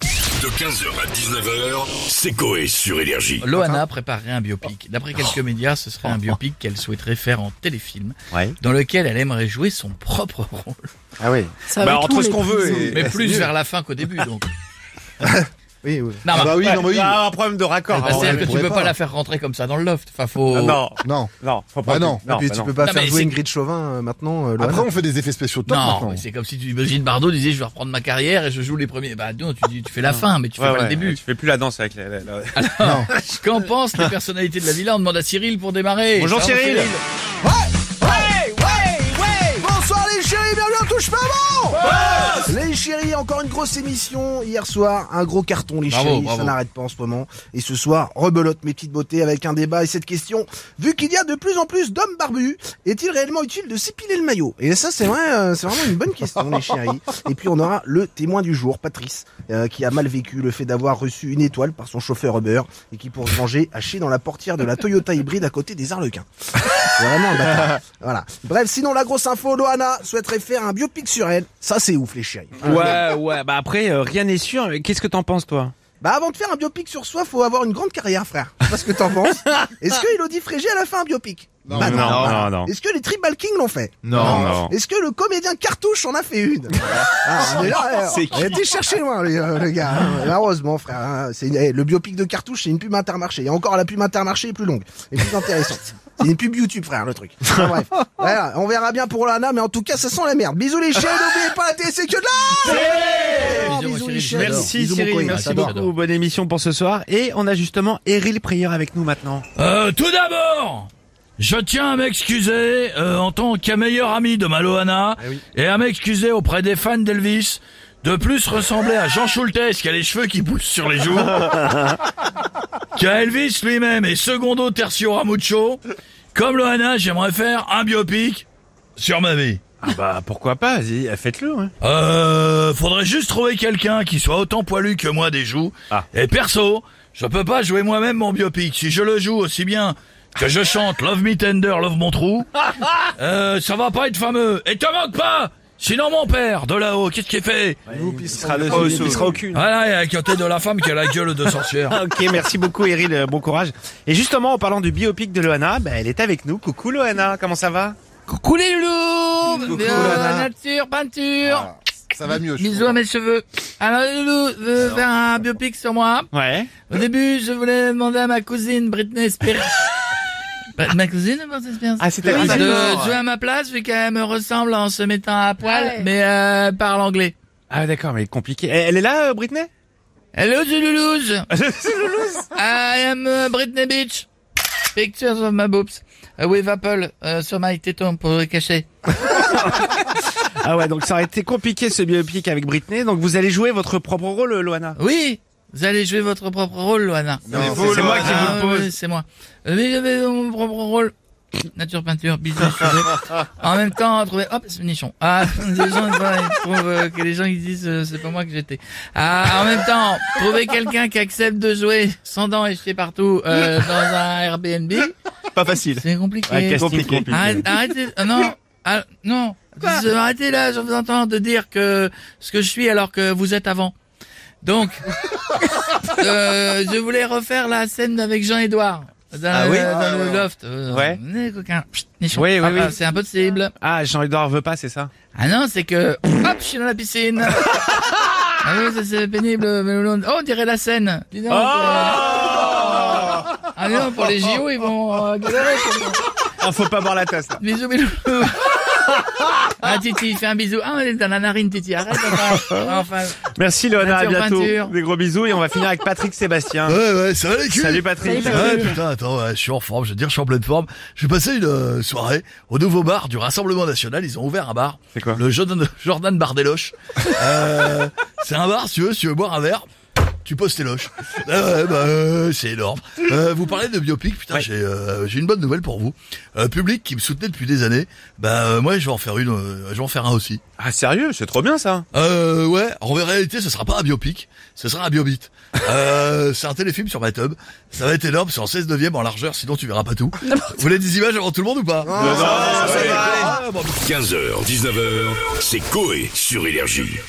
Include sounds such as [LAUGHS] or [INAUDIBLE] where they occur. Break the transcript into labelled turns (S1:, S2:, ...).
S1: De 15h à 19h, c'est Coé sur Énergie.
S2: Loana préparerait un biopic. D'après quelques médias, ce serait un biopic qu'elle souhaiterait faire en téléfilm,
S3: Ouais.
S2: dans lequel elle aimerait jouer son propre rôle.
S3: Ah oui.
S4: Ça
S3: Bah,
S4: veut
S3: entre
S4: tout,
S3: ce
S4: les
S3: qu'on veut
S4: prisons.
S3: et.
S2: Mais
S3: et
S2: plus
S3: c'est mieux.
S2: vers la fin qu'au début, donc.
S3: [LAUGHS] Oui, oui.
S2: Non,
S3: Ah bah oui, non, mais oui.
S5: Il va avoir un problème de raccord.
S6: hein,
S2: Bah,
S3: Ah, elle
S2: C'est-à-dire que tu
S3: pourrait
S2: peux pas.
S3: pas.
S2: la faire rentrer comme ça dans le loft. Enfin, faut.
S5: Ah, non,
S7: Non.
S5: non, faut pas.
S7: Bah non.
S5: non,
S7: et puis
S5: bah
S7: tu
S5: non.
S7: peux pas
S2: Non,
S7: faire
S2: mais
S7: jouer
S2: c'est-
S7: Ingrid Chauvin euh, maintenant. euh, Loana.
S3: Après, on fait des effets spéciaux top
S2: Non,
S7: maintenant.
S2: mais c'est comme si tu Brigitte Bardot disait je vais reprendre ma carrière et je joue les premiers. Bah non, tu dis tu fais la fin, mais tu fais
S5: Ouais,
S2: pas le
S5: ouais,
S6: [LAUGHS]
S2: début.
S5: Tu fais plus la danse avec les. les- les-
S6: Ah,
S2: Qu'en pensent les personnalités de la villa On demande à Cyril pour démarrer.
S5: Bonjour
S2: Ça va,
S5: Cyril.
S7: Bonsoir les chéris, bienvenue à Touche pas bon Les chéris, encore une grosse émission hier soir, un gros carton les
S2: Bravo,
S7: chéris,
S2: bravo.
S7: ça n'arrête pas en ce moment. Et ce soir, rebelote mes petites beautés avec un débat et cette question, vu qu'il y a de plus en plus d'hommes barbus, est-il réellement utile de s'épiler le maillot Et ça c'est vrai, euh, c'est vraiment une bonne question les chéris. Et puis on aura le témoin du jour, Patrice, euh, qui a mal vécu le fait d'avoir reçu une étoile par son chauffeur Uber et qui pour se venger a chié dans la portière de la Toyota hybride à côté des Arlequins. [LAUGHS] C'est vraiment un bâtard. Voilà. Bref, sinon la grosse info, Loana souhaiterait faire un biopic sur elle. Ça c'est ouf les chéris.
S6: Ouais, ouais, bah après, euh, rien n'est sûr. Mais Qu'est-ce que t'en penses, toi
S7: Bah avant de faire un biopic sur soi, faut avoir une grande carrière frère. Je sais pas ce que t'en penses. Est-ce que Elodie Frégé elle a fait un biopic Bah, Non,
S5: non,
S7: voilà.
S5: non.
S7: Est-ce que les Tribal Kings l'ont fait
S5: Non, non.
S7: Est-ce que le comédien Cartouche en a fait une ah, on est là, euh, on a été chercher loin, les, euh, les gars. hein. Malheureusement, frère. hein. C'est une- eh, le biopic de Cartouche, c'est une pub Intermarché. Et encore, la pub Intermarché est plus longue et plus intéressante. C'est une pub YouTube, frère, le truc. Enfin, bref. Voilà, on verra bien pour Lana, mais en tout cas, ça sent la merde. Bisous les chiens, n'oubliez pas la télé, c'est que de
S2: Cyril.
S7: là
S2: Bisous, mon Cyril.
S7: Merci.
S2: J'adore.
S6: Merci
S7: Bisous, mon
S6: Cyril,
S7: coin,
S6: merci
S2: j'adore.
S6: beaucoup. Bonne émission pour ce soir. Et on a justement Eril Prieur avec nous maintenant.
S2: Euh, tout d'abord, je tiens à m'excuser euh, en tant que meilleur ami de Maloana et à m'excuser auprès des fans d'Elvis de plus ressembler à Jean Schultes qui a les cheveux qui poussent sur les joues qu'à Elvis lui-même et secondo tertio Ramucho. Comme Loana, j'aimerais faire un biopic sur ma vie.
S5: Ah bah pourquoi pas, vas-y, faites-le. hein.
S2: Euh, faudrait juste trouver quelqu'un qui soit autant poilu que moi des joues.
S5: Ah.
S2: Et perso, je peux pas jouer moi-même mon biopic. Si je le joue aussi bien que je [LAUGHS] chante Love Me Tender, Love Mon [LAUGHS] Trou, euh, ça va pas être fameux. Et te manque pas Sinon mon père, de là-haut, qu'est-ce qu'il fait
S5: Il
S6: Ah, bah,
S5: sera le seul, il sera aucune.
S2: Voilà, il est à côté de la femme qui a la gueule de sorcière.
S6: Ah, ok, merci beaucoup Eril, euh, bon courage. Et justement, en parlant du biopic de Loana, bah, elle est avec nous. Coucou Loana, comment ça va
S2: [LAUGHS] Coucou les loulous
S3: Coucou, Euh, Lana.
S2: Nature, peinture
S3: Voilà. Ça va mieux. je
S2: Bisous
S3: trouve. hein.
S2: à mes cheveux. Alors, les loulous, je veux faire un biopic sur moi.
S6: Ouais.
S2: Au début, je voulais demander à ma cousine Britney Spears. Bah, ma cousine Britney Spears
S6: Ah, c'était
S2: Oui,
S6: un
S2: de jouer à ma place vu qu'elle me ressemble en se mettant à poil,
S4: Ouais.
S2: mais euh, elle parle anglais.
S6: Ah d'accord, mais compliqué. Elle, elle est là, euh, Britney
S2: Hello, Zululouz. I am uh, Britney Beach. Pictures of my boobs. uh, with apple uh, sur my téton pour le cacher.
S6: Ah ouais, donc ça aurait été compliqué ce biopic avec Britney. Donc vous allez jouer votre propre rôle, euh, Loana.
S2: Oui, vous allez jouer votre propre rôle, Loana.
S3: Non, c'est-
S5: C'est moi qui vous le
S2: Ah,
S5: pose.
S2: oui, c'est moi. Euh, Mais j'avais mon propre rôle. Nature, peinture, business, cheveux. En même temps, trouver, hop, c'est nichon. Ah, [LAUGHS] les gens, ils voient, ils trouvent, euh, que les gens, ils disent, euh, c'est pas moi que j'étais. Ah, en même temps, trouver quelqu'un qui accepte de jouer sans dents et jeter partout, euh, dans un Airbnb,
S6: Pas facile.
S2: c'est compliqué.
S6: Ouais, casting
S5: Compliqué.
S6: compliqué.
S2: Arrête- arrêtez, ah,
S6: [LAUGHS]
S2: non, ah, non, Dis- arrêtez là, je vous entends de dire que ce que je suis alors que vous êtes avant.
S6: [LAUGHS]
S2: Donc, euh, je voulais refaire la scène avec Jean-Édouard. Dans,
S6: Ah oui
S2: dans
S3: Ah,
S2: le
S3: ouais.
S2: loft. Euh,
S6: Ouais.
S2: né, coquin. Pchit, nichon.
S6: Oui, oui,
S2: Ah,
S6: oui.
S2: ah, C'est impossible.
S6: Ah, Jean-Edouard veut pas, c'est ça
S2: Ah non, c'est que, hop, je suis dans la
S6: [LAUGHS]
S2: piscine. ah non, ça, c'est pénible. mais le long- Oh, on dirait la scène. Dis
S6: Oh,
S2: donc, euh, Ah non, pour les JO, ils vont euh, galérer.
S6: Ah, faut pas boire la tasse là.
S2: Bisous, bisous. ah, Titi, fais un bisou. Ah, elle est dans la narine, Titi. Arrête, enfin. [LAUGHS] enfin.
S6: Merci Léonard, à
S2: Peinture,
S6: bientôt.
S2: peinture.
S6: Des gros bisous et on va finir avec Patrick Sébastien.
S8: Ouais, ouais, ça va les culs
S6: Salut Patrick.
S4: Salut,
S8: Ouais, putain, attends, ouais, je suis en forme, je veux dire, je suis en pleine forme. Je suis passé une euh, soirée au nouveau bar du Rassemblement National, ils ont ouvert un bar.
S6: C'est quoi
S8: Le Jordan, [LAUGHS] Jordan Bar des Loches. Euh, c'est un bar, si tu veux, si tu veux boire un verre, tu poses tes loches. Euh, ouais, bah, euh, c'est énorme. Euh, vous parlez de biopic, putain, j'ai euh, j'ai une bonne nouvelle pour vous. Euh, public qui me soutenait depuis des années, bah euh, moi je vais en faire une, euh, je vais en faire un aussi.
S5: Ah sérieux, c'est trop bien ça.
S8: Euh, ouais, en réalité, ce sera pas un biopic, ce sera un biobit. Euh, c'est un téléfilm sur ma tub. Ça va être énorme, c'est en 16 neuvième en largeur, sinon tu verras pas tout. Vous voulez des images avant tout le monde ou pas
S3: 1.
S1: 15h, 19h, c'est Coé sur Énergie.